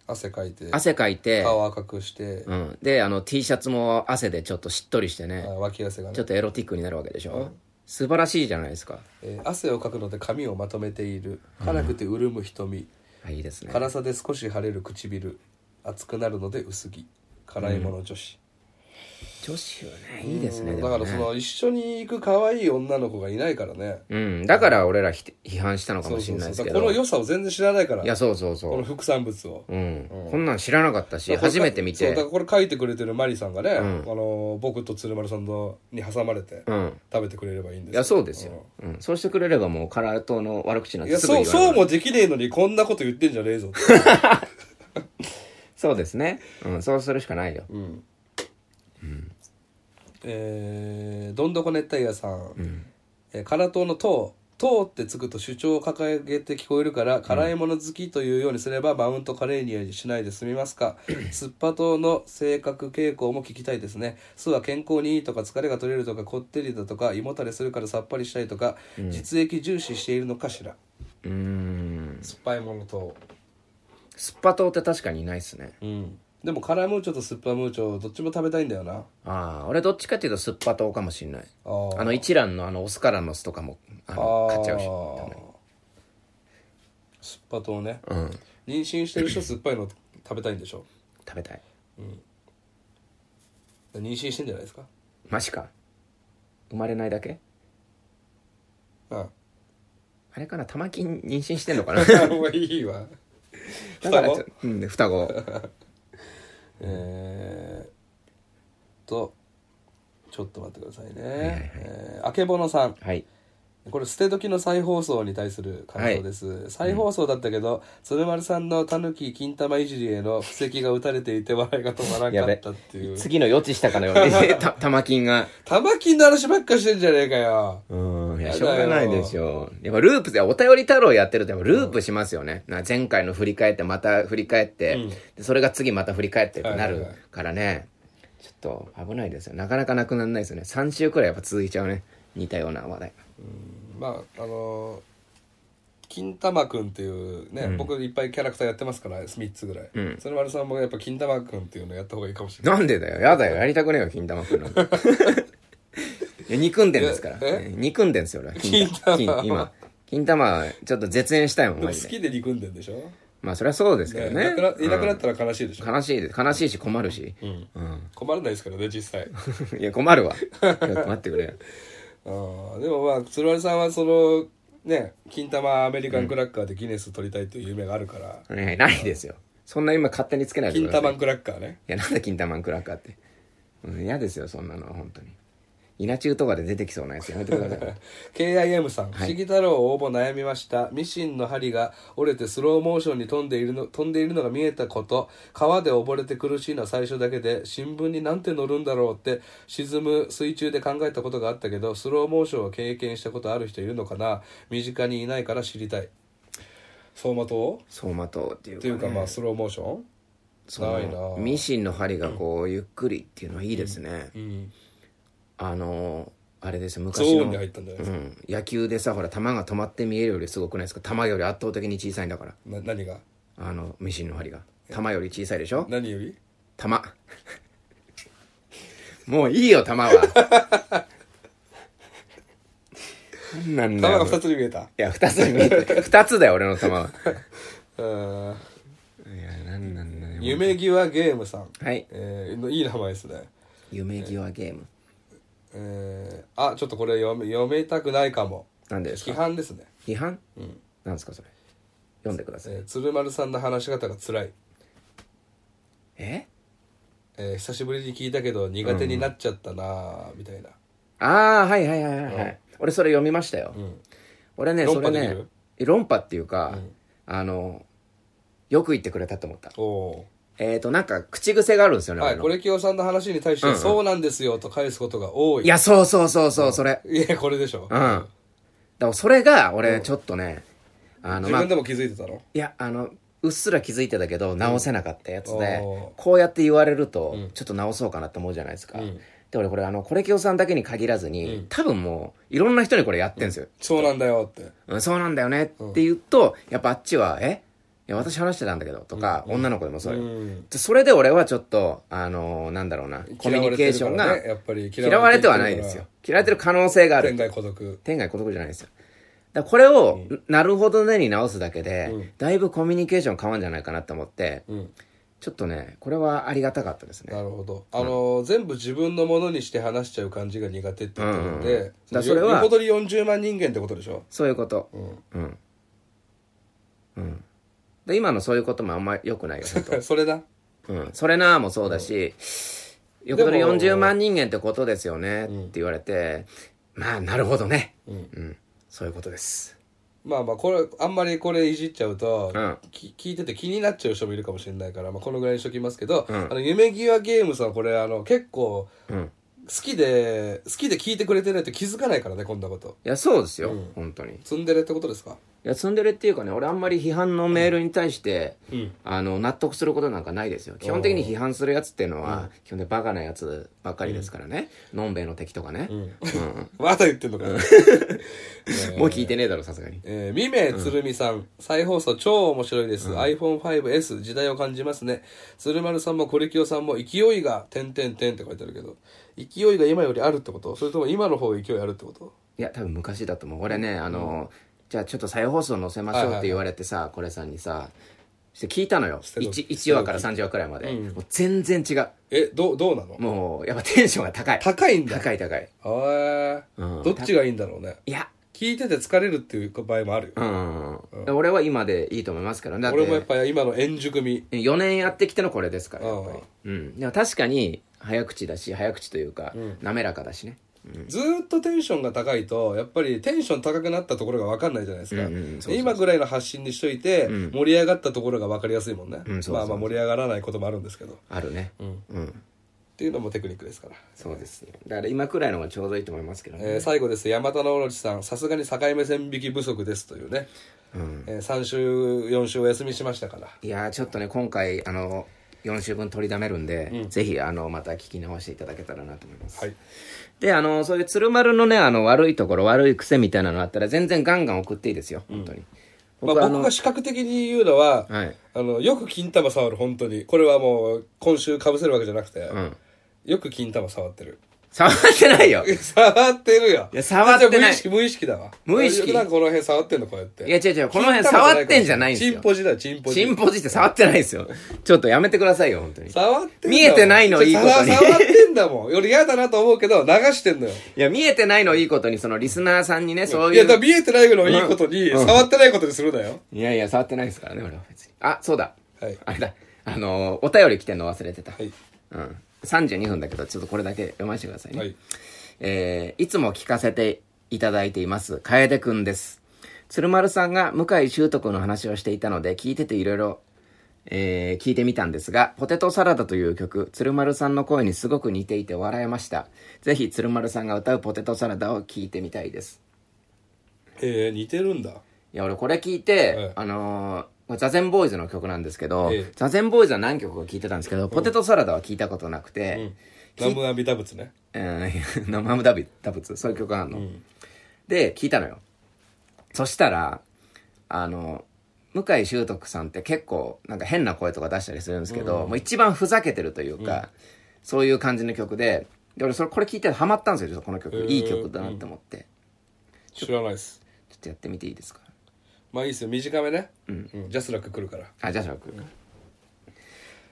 汗かいて
汗かいて、
顔赤くして、
うん、であの T シャツも汗でちょっとしっとりしてね、
あ脇汗が
ちょ
ね
っ、とエロティックになるわけでしょ、素晴らしいじゃないですか
えー汗をかくので髪をまとめている辛くて潤む瞳、
あいいですね
辛さで少し腫れる唇熱くなるので薄着辛いもの女子、
女子はねいいですね
うん
で
だか
も
らそ
ね
の一緒に行く可愛い女の子がいないからね
うんだから俺らひて批判したのか
そ
も
う
し
そ
れ
う
ないです
そう
け
だ
ど
からこの良さを全然知らないから
いやそうそう
こ
そ
の
う
副産物を
うん、こんなん知らなかったし初めて見
そう
て
だからこれ書いてくれてるマリさんがね、
ん
あの僕と鶴丸さんのに挟まれて
うん
食べてくれればいいんです
いやそうですよ、うん、そうしてくれればもうカラー党の悪口なん
い
て
や
すぐ言
そ
わ
う
れる
そうもできねえのにこんなこと言ってんじゃねえぞって
そうですね、うん、そうするしかないよ
うん、えーどんどこ熱帯夜さん、えー辛党の党党ってつくと主張を掲げて聞こえるから辛いもの好きというようにすればマウントカレーニアにしないで済みますか酸っぱ党の性格傾向も聞きたいですね酢は健康にいいとか疲れが取れるとかこってりだとか胃もたれするからさっぱりしたいとか、実益重視しているのかしら
うーん
酸っぱいもの党
スッパ党って確かにいないっすね
うんでも辛いムーチョと酸っぱムーチョどっちも食べたいんだよな
ああ俺どっちかっていうとスッパ党かもしんない
あー
あの一蘭のあのオスカラのスとかもあの買っちゃうし
あー酸っぱ糖ね
うん
妊娠してる人酸っぱいの食べたいんでしょ
食べたい
妊娠してんじゃないですか
マジか生まれないだけ
あ
(laughs) あれかな玉金妊娠してんのかな
あもういいわ
だから
(laughs) 双
ちょうん双子
えー、っとちょっと待ってくださいね、えーあけぼのさん
はい
これ捨て時の再放送に対する感想です、再放送だったけど、鶴丸さんのたぬき金玉いじりへの布石が打たれていて笑いが止まら
や
な
べ
かったっていう
次の予知したかのよう
(laughs)
にた玉金が
玉金の話ばっかしてんじゃねえかよ
うんいや
やだよ
しょうがないでしょうやっぱループでお便り太郎やってるとやっぱループしますよね、な前回の振り返ってまた振り返って、
うん
でそれが次また振り返ってってな
はい
る
はいはい
からね、ちょっと危ないですよなかなかなくならないですよね3週くらいやっぱ続いちゃうね似たような話題
まああのー金玉くんっていうね、僕いっぱいキャラクターやってますから3つぐらい、
うん
それ丸さんもやっぱ金玉くんっていうのやった方がいいかもしれない
なんでだよやだよやりたくねえよ金玉くんなんて
(laughs)
いや憎んでんですから
え
憎んでんですよ俺は
金玉
金今金玉ちょっと絶縁したいもん
でも
マ
好
ジで
きで憎んでんでしょ、
まあそりゃそうですけ
ね
ど
い
ね
なくないなくなったら悲しいでしょ、
悲しいです悲しいし困るし、うん
困らないですからね実際
(laughs)
(laughs)
いや困るわちょっと待ってくれよ
あーでもまあ鶴丸さんはそのね金玉アメリカンクラッカーでギネス取りたいという夢があるから、
いやないですよそんな今勝手につけないで
金
くださ
玉
いい
クラッカーね
やなんで金玉クラッカーって、うん、嫌ですよそんなのは本当に稲中とかで出てきそうなやつやめてください
(laughs) KIM さん「不思議太郎応募悩みました」ミシンの針が折れてスローモーションに飛んでいるの飛んでいるのが見えたこと川で溺れて苦しいのは最初だけで新聞になんて載るんだろうって沈む水中で考えたことがあったけどスローモーションを経験したことある人いるのかな身近にいないから知りたい走馬灯
走馬灯っていう
っ
か、
て
ね、
いうかまあスローモーション
その
ないなぁ
ミシンの針がこうゆっくりっていうのはいいですね、
うん
あのあれですよ
ゾ
昔
ーン
の
に入ったんじゃないで
う
すか、
ん、野球でさほら球が止まって見えるよりすごくないですか球より圧倒的に小さいんだから
な何が
あのミシンの針が球より小さいでしょ
何より
球 (laughs) もういいよ球は何なん
球
だ
が
よ
2つに見えた
いや2つに見えて2つだよ俺の球は
うん
いや何なんだよ
夢際ゲームさん
はい
えーのいい名前ですね。
夢際ゲーム
えーあ、ちょっとこれ読め読めたくないかも。
なんでです
批
か
判ですね。
批判
うん
なんですかそれ読んでください
えー鶴丸さんの話し方が辛い。
え
えー久しぶりに聞いたけど苦手になっちゃったなーみたいな。
ああはいはいはいはい、はい俺それ読みましたよ、
ん
俺ねそ
論
れ
破できる
ね論破っていうか、あのよく言ってくれたと思った
おお
えっ、ー、となんか口癖があるんですよ
ー。
ね、
はい、
俺の
これきよさんの話に対して、そうなんですよと返すことが多い。
い、やそうそうそうそうそれ
いやこれでしょ。
うんだからそれが俺ちょっとね、あの
自
まあ
分
い
でも気づいてたの、
やあのうっすら気づいてたけど直せなかったやつで、
うんおー
こうやって言われるとちょっと直そうかなって思うじゃないですか、で俺これあのこれきよさんだけに限らずに、多分もういろんな人にこれやってんですよ、
そうなんだよって。
うん、そうなんだよねって言うと、やっぱあっちは、えいや私話してたんだけど」とか、女の子でもそうよ、
うん
でそれで俺はちょっとあのーなんだろうなコミュニケーション
嫌わ
が
れてるからねやっぱり
嫌われてはないですよ嫌われてる可能性がある
天外孤独
天外孤独じゃないですよだからこれを、なるほどねに直すだけで、だいぶコミュニケーション変わんじゃないかなと思って、
うん
ちょっとねこれはありがたかったですね
なるほどあの、全部自分のものにして話しちゃう感じが苦手って言ってるん
うんうんうん
で、
だからそれは
横取り40万人間ってことでしょ
そういうこと
うん
うんうんで今のそういうこともあんま良くないよ
(laughs)
本
それだ
当うんそれなーもそうだし、横取り
でも
40万人間ってことですよねって言われて、まあなるほどねうん、そういうことです
まあまあこれあんまりこれいじっちゃうと、
うん
き聞いてて気になっちゃう人もいるかもしれないから、まあ、このぐらいにしときますけど、あの夢際ゲームさんこれあの結構
うん
好きで好きで聞いてくれてないと気づかないからねこんなこと
いやそうですよ、本当に
ツンデレってことですか
いやツンデレっていうかね俺あんまり批判のメールに対して、
うん
あの納得することなんかないですよ基本的に批判するやつっていうのは、基本的にバカなやつばっかりですからね、のんべえの敵とかね、
まだ言ってんのかよ
もう聞いてねえだろさすがに
えー、未明つるみさん、再放送超面白いです、iPhone5S 時代を感じますね鶴丸さんもコリキオさんも勢いが「てんてんてん」って書いてあるけど勢いが今よりあるってことそれとも今の方が勢いあるってこと
いや多分昔だと思う俺ねあの、じゃあちょっと再放送載せましょうって言われてさ、これさんにさして聞いたのよ
テロ
1, 1話から30話くらいまで、もう全然違う
えどうどうなの
もうやっぱテンションが高い
高いん (laughs) だ
高い高い
へー
うん
どっちがいいんだろうね
いや
聞いてて疲れるっていう場合もあるよ、
うん、俺は今でいいと思いますけどねだって
俺もやっぱ今の円熟味
4年やってきてのこれですから
う
やっ
ん
ぱりうんでも確かに早口だし早口というか、滑らかだしね
ずーっとテンションが高いとやっぱりテンション高くなったところが分かんないじゃないですか、
うんうんそうそう
今ぐらいの発信にしといて、盛り上がったところが分かりやすいもんね、
んそうそうそう
まあまあ盛り上がらないこともあるんですけどっ
あるねうん、
ていうのもテクニックですから、
そうですねだから今くらいのがちょうどいいと思いますけどね、
えー最後です山田のおろちさんさすがに境目線引き不足ですというね、え3週4週お休みしましたから
いやーちょっとね今回あの4週分取りだめるんで、ぜひあのまた聞き直していただけたらなと思います、
はい
であのそういう鶴丸のねあの悪いところ悪い癖みたいなのあったら全然ガンガン送っていいですよ本当に、
僕,、まあ、僕が視覚的に言うのは、
はい
あのよく金玉触る本当にこれはもう今週かぶせるわけじゃなくて、
ん
よく金玉触ってる
触ってない
(laughs)
よ
触ってるよ
いや触ってない
じゃあ無意識無意識だわ
無意識
よくなんかこの辺触ってんのこうやって
いや違う違うこの辺触ってんじゃないんですよ
チンポジだよチンポジ
チンポジって触ってないですよちょっとやめてくださいよ本当にい
触ってんだもん
見えてないのいいことに
触触ってんだもん俺嫌だなと思うけど流してんのよ
や見えてないのをいいことにそのリスナーさんにねそう
い
い
や
う
だから見えてないのをいいことに、触ってないことにするなよ
いやいや、触ってないですからね、俺は別に。あ、そうだ。
はい
あれだ。あのー、お便り来てんの忘れてた。
はい
うん。32分だけど、ちょっとこれだけ読ませてくださいね。
はい
えーいつも聞かせていただいています、楓くんです。鶴丸さんが向井修斗くんの話をしていたので、聞いてていろいろ、えー聞いてみたんですが、ポテトサラダという曲、鶴丸さんの声にすごく似ていて笑えました。ぜひ鶴丸さんが歌うポテトサラダを聞いてみたいです。
えー、似てるんだ
いや、俺これ聞いて、
はい
あのーこれザゼンボーイズの曲なんですけど、
ええ
ザゼンボーイズは何曲か聞いてたんですけど、ポテトサラダは聞いたことなくて、
南無阿弥陀仏ね
えー (laughs) 生ハムダビダブツ、そういう曲があるの。で、聞いたのよ。そしたら、あの、向井修徳さんって結構なんか変な声とか出したりするんですけど、もう一番ふざけてるというか、そういう感じの曲で、で、俺それこれ聞いてハマったんですよ、ちょっとこの曲。
へえ
いい曲だなって思って。
知らないです
ちょっとやってみていいですか
まあいいですよ短めね、うんジャスラック来るから
あ、じゃあ、じゃあ、僕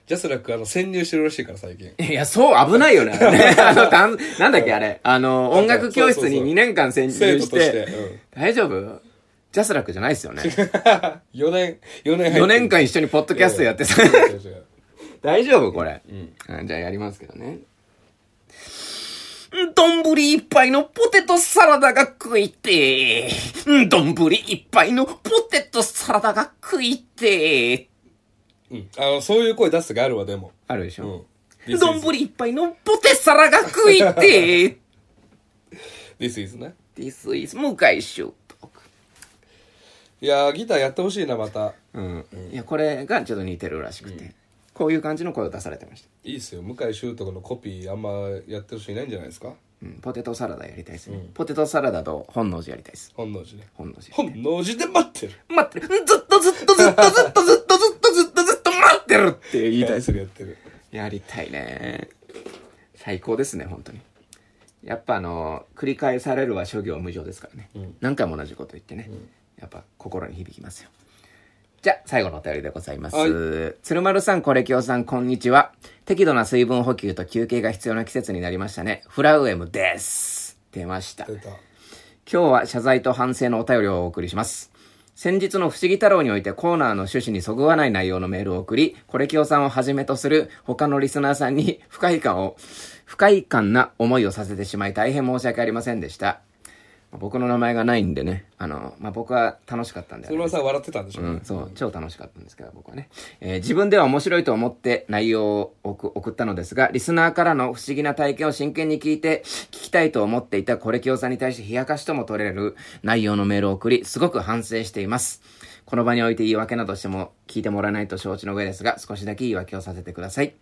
ジャスラックあの潜入してるらしいから最近 (laughs)
いや、そう、危ないよね。あれねあの、たん、なんだっけ、あれ。あの、音楽教室
そうそう
に
そう
2年間潜入
生徒
し
として、
て、
うん、
大丈夫ジャスラックじゃないですよね。
4年4年入ってる
4年間一緒にポッドキャストやってさ、
違う違う違う
大丈夫これ、あじゃあやりますけどね。丼いっぱいのポテトサラダが食いてー。丼いっぱいのポテトサラダが食いてー。
うん、あのそういう声出す時あるわでも
あるでし
う
ょ
ん
丼いっぱいのポテサラが食いてー。
This is ね
This is 向井修徳。
いやーギターやってほしいなまた
うん、いやこれがちょっと似てるらしくて、こういう感じの声を出されてました、
いいっすよ向井修徳のコピーあんまやってる人いないんじゃないですか
うん、ポテトサラダやりたいですね、ポテトサラダと本能寺やりたいです
本能寺ね
本能寺
本能寺で待ってる
待ってるずっとずっとずっとずっとずっとずずっとずっとずっと待ってるって言いたいです
るやってる
やりたいね。最高ですね、本当に。やっぱあの、繰り返されるは諸行無常ですからね。何回も同じこと言ってね。やっぱ心に響きますよ。じゃあ、最後のお便りでございます。
はい
鶴丸さん、これきょうさん、こんにちは。適度な水分補給と休憩が必要な季節になりましたね。フラウエムです。出ました。
出た
今日は謝罪と反省のお便りをお送りします。先日の不思議太郎においてコーナーの趣旨にそぐわない内容のメールを送り、コレキオさんをはじめとする他のリスナーさんに (laughs) 不快感を、不快感な思いをさせてしまい大変申し訳ありませんでした。僕の名前がないんでね、あの、まあ、僕は楽しかったんであ
そ
れ
れはさ笑ってたんでしょ、
うん、そう、超楽しかったんですけど、僕はね。えー自分では面白いと思って内容を送送ったのですが、リスナーからの不思議な体験を真剣に聞いて、聞きたいと思っていたコレキオさんに対して冷やかしとも取れる内容のメールを送り、すごく反省しています。この場において言い訳などしても聞いてもらえないと承知の上ですが、少しだけ言い訳をさせてください。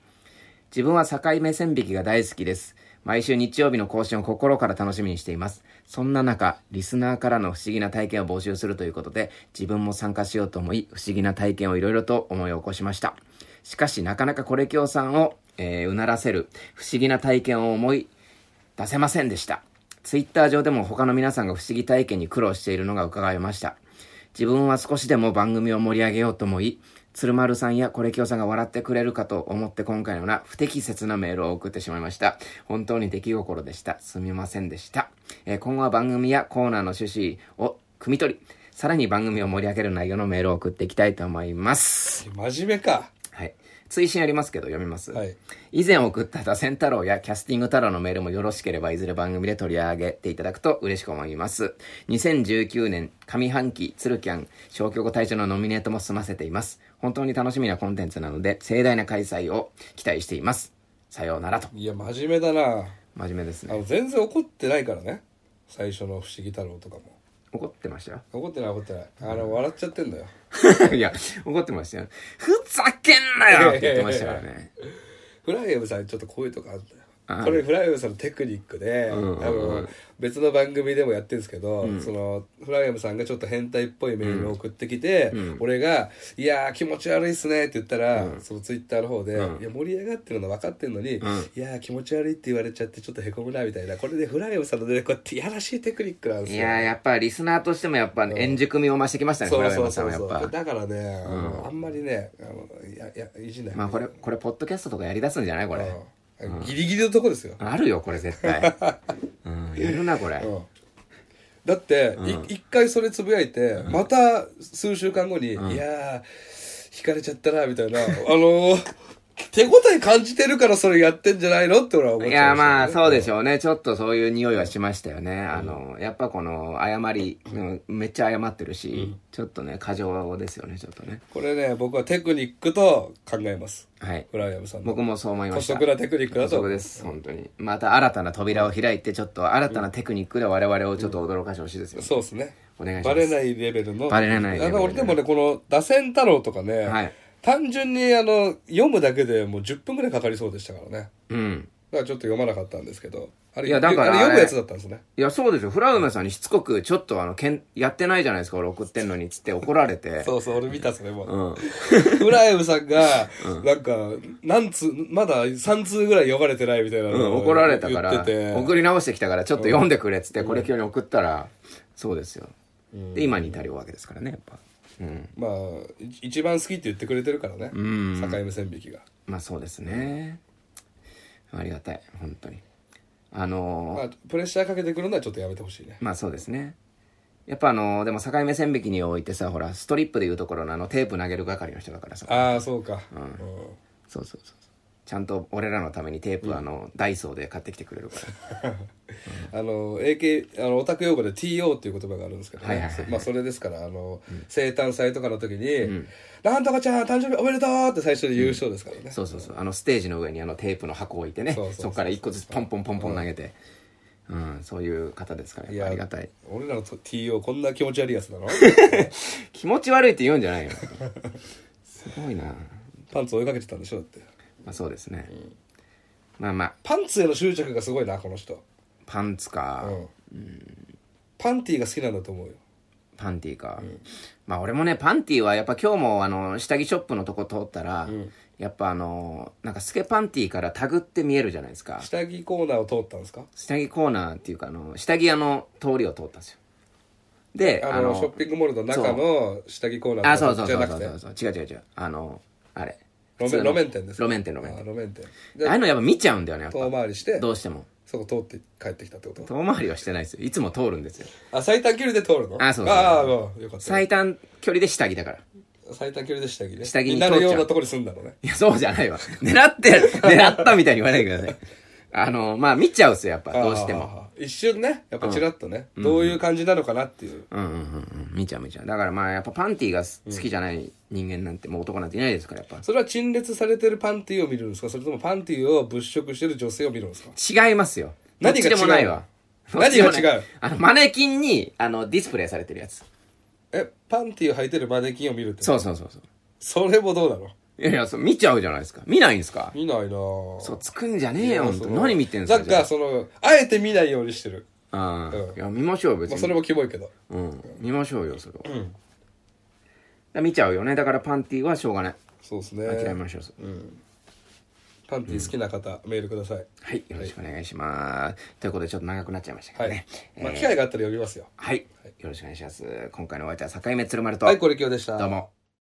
自分は境目線引きが大好きです。毎週日曜日の更新を心から楽しみにしています。そんな中、リスナーからの不思議な体験を募集するということで、自分も参加しようと思い、不思議な体験をいろいろと思い起こしました。しかし、なかなかコレキョウさんを、えーうならせる、不思議な体験を思い出せませんでした。ツイッター上でも他の皆さんが不思議体験に苦労しているのが伺えました。自分は少しでも番組を盛り上げようと思い、鶴丸さんやコレキオさんが笑ってくれるかと思って今回のような不適切なメールを送ってしまいました。本当に出来心でした。すみませんでした。えー今後は番組やコーナーの趣旨を汲み取り、さらに番組を盛り上げる内容のメールを送っていきたいと思います。
真面目か
はい。追伸ありますけど読みます。
はい
以前送った打線太郎やキャスティング太郎のメールもよろしければいずれ番組で取り上げていただくと嬉しく思います。2019年上半期つるキャン消去後大賞のノミネートも済ませています。本当に楽しみなコンテンツなので盛大な開催を期待しています。さようならと。
いや真面目だな
真面目です
あ
ね。
の全然怒ってないからね最初の「不思議太郎」とかも
怒ってましたよ。 (laughs)
怒ってない怒ってないあの笑っちゃってんだよ
いや、怒ってましたよ。ふざけんな
(laughs)
よって言ってましたからね。
フライエムさんちょっとこういうとこあるんだよ
あ
これフライエムさんのテクニックで、
んうんうん
あの別の番組でもやってるんですけど、そのフライエムさんがちょっと変態っぽいメールを送ってきて、俺が「いやー気持ち悪いっすね」って言ったら、そのツイッターの方で、いや盛り上がってるの分かってんのに「いやー気持ち悪い」って言われちゃってちょっとへこむなみたいなこれでフライエムさんの出てこうやってやらしいテクニックなんで
い
すよ。
やー、やっぱリスナーとしてもやっぱ円熟味を増してきましたね、
そ
小
う
山
そう
さん
そう
はや
そ
っ
う
ぱ。
だからね、あのあんまりねあのいやいやいじんない、
まあこれ、これ、ポッドキャストとかやり出すんじゃないこれ。
うんギリギリのとこですよ
あるよ、これ絶
(laughs)
対。うん、やるな、これ。
うんだって、い一回それつぶやいて、また数週間後に、いやー、引かれちゃったな、みたいな、あのー、 (laughs) 手応え感じてるからそれやってんじゃないのって俺は思っ
い
ちゃ
や、
いま
まあ、
したね
そうでしょうね。ちょっとそういう匂いはしましたよね。あの、やっぱこの、謝り、うんめっちゃ謝ってるし、ちょっとね、過剰ですよね、ちょっとね。
これね、僕はテクニックと考えます。
はい。
フライアムさんの。
僕もそう思いま
古
した。
速なテクニックだ
そ
と
う。です、本当に。また新たな扉を開いて、ちょっと新たなテクニックで我々をちょっと驚かしてほしいですよね。
そうですね。
お願いしま
バ
す
レないレベルの。
バレないレベルで
あの俺でもね、この、打線太郎とかね、
はい
単純にあの、読むだけでもう10分ぐらいかかりそうでしたからね。
うん。
だからちょっと読まなかったんですけど。あれ、
いやだから
あれ
あ
読
れ
むやつだったんですね。
いや、そうですよ。フラウメさんにしつこく、ちょっとあの、けん、やってないじゃないですか、俺送ってんのに、つって怒られて。
そうそう、俺見たそれも。
うん。
(laughs) フライムさん
(laughs)
が、なんか、何通、まだ3通ぐらい読まれてないみたいな
う
の
ん、
を
怒られたから
言ってて、
送り直してきたからちょっと読んでくれっつって、これ今日に送ったらそうですよ、で今に至るわけですからねやっぱうん
まあ、い一番好きって言ってくれてるからね。
ん
境目線引きが。
まあそうですね、ありがたい本当にあのー
まあ、プレッシャーかけてくるのはちょっとやめてほしいね。
まあそうですねやっぱあのーでも境目線引きにおいてさほらストリップでいうところのあのテープ投げる係の人だからさ
ああ、そうか。うん
そうそうそうちゃんと俺らのためにテープあの、ダイソーで買ってきてくれるから
あの AK あのオタク用語で TO っていう言葉があるんですけど
は
ね、
いはいはい
まあ、それですからあの、生誕祭とかの時に「なんとかちゃん誕生日おめでとう!」って最初に優勝ですからね、
そうそうそうあのステージの上にあのテープの箱を置いてね
そうそうそう
そこから一個ずつポンポンポンポン投げて、うんそういう方ですからやっぱありがたい
俺らの TO こんな気持ち悪い
(laughs)
やつなの
気持ち悪いって言うんじゃないよすごいなま
パンツ追いかけてたんでしょだって
あそうですね、まあまあ
パンツへの執着がすごいなこの人
パンツか、
うんパンティーが好きなんだと思うよ
パンティか、まあ俺もねパンティはやっぱ今日もあの下着ショップのとこ通ったら、やっぱあのなんかスケパンティからタグって見えるじゃないですか
下着コーナーを通ったんですか
下着コーナーっていうかあの下着屋の通りを通ったんですよで
あのショッピングモールの中の下着コーナー
あそうそう
じ
そう
ゃな
そ
くて
うそう違う違う違うあのあれ
路面路面店ですか
路面店路面
あ
店
路面店
ああいうのやっぱ見ちゃうんだよねやっ
遠
ぱ
回りして
どうしても
そこ通って帰ってきたってこと
遠回りはしてないですよいつも通るんですよ
あ最短距離で通るの
あそうそう
ああうんよかった
最短距離で下着だから
最短距離で下着ね
下着に
なる
通っ
よう
ちゃ
な
う
ところに住んだのね
いや、そうじゃないわ。 (laughs) 狙って、狙ったみたいに言わないでください。あの、まあ、見ちゃうっすよ、やっぱ、どうしても。
あー一瞬ねやっぱチラッとね、どういう感じなのかなっていう
うんうんうんうん。見ちゃう見ちゃう。だからまあ、やっぱパンティーが好きじゃない人間なんて、もう男なんていないですから、やっぱ。
それは陳列されてるパンティーを見るんですかそれともパンティーを物色してる女性を見るんですか
違いますよ。どっ
何
ち
が違う
でもないわ。
何が違う
どっちでもないあの、マネキンに、あの、ディスプレイされてるやつ。
えパンティーを履いてるマネキンを見るって
そうそうそうそう。
それもどうなの
いやいや、そう見ちゃうじゃないですか。見ないんですか
見ないなぁ
そう、つくんじゃねえよ、ほんと
その
何見てんすか
なん
じゃ
かそのあえて見ないようにしてる、
あ。うん
うん
いや、見ましょうよ、別
まあ、
に
そ。れもキモいけど
うん。見ましょうよ、それは。
うん
だ見ちゃうよね。だからパンティーはしょうがない。
そうです
諦め
ね
ましょう。
パンティー好きな方、メールください
はい、よろしくお願いします。ということで、ちょっと長くなっちゃいましたけ
は
ど
い、
ね。
まあ機会があったら呼びますよ
はい、よろしくお願いします。今回のお相手は、境目鶴丸と、
はいこれ今日でした
どうも。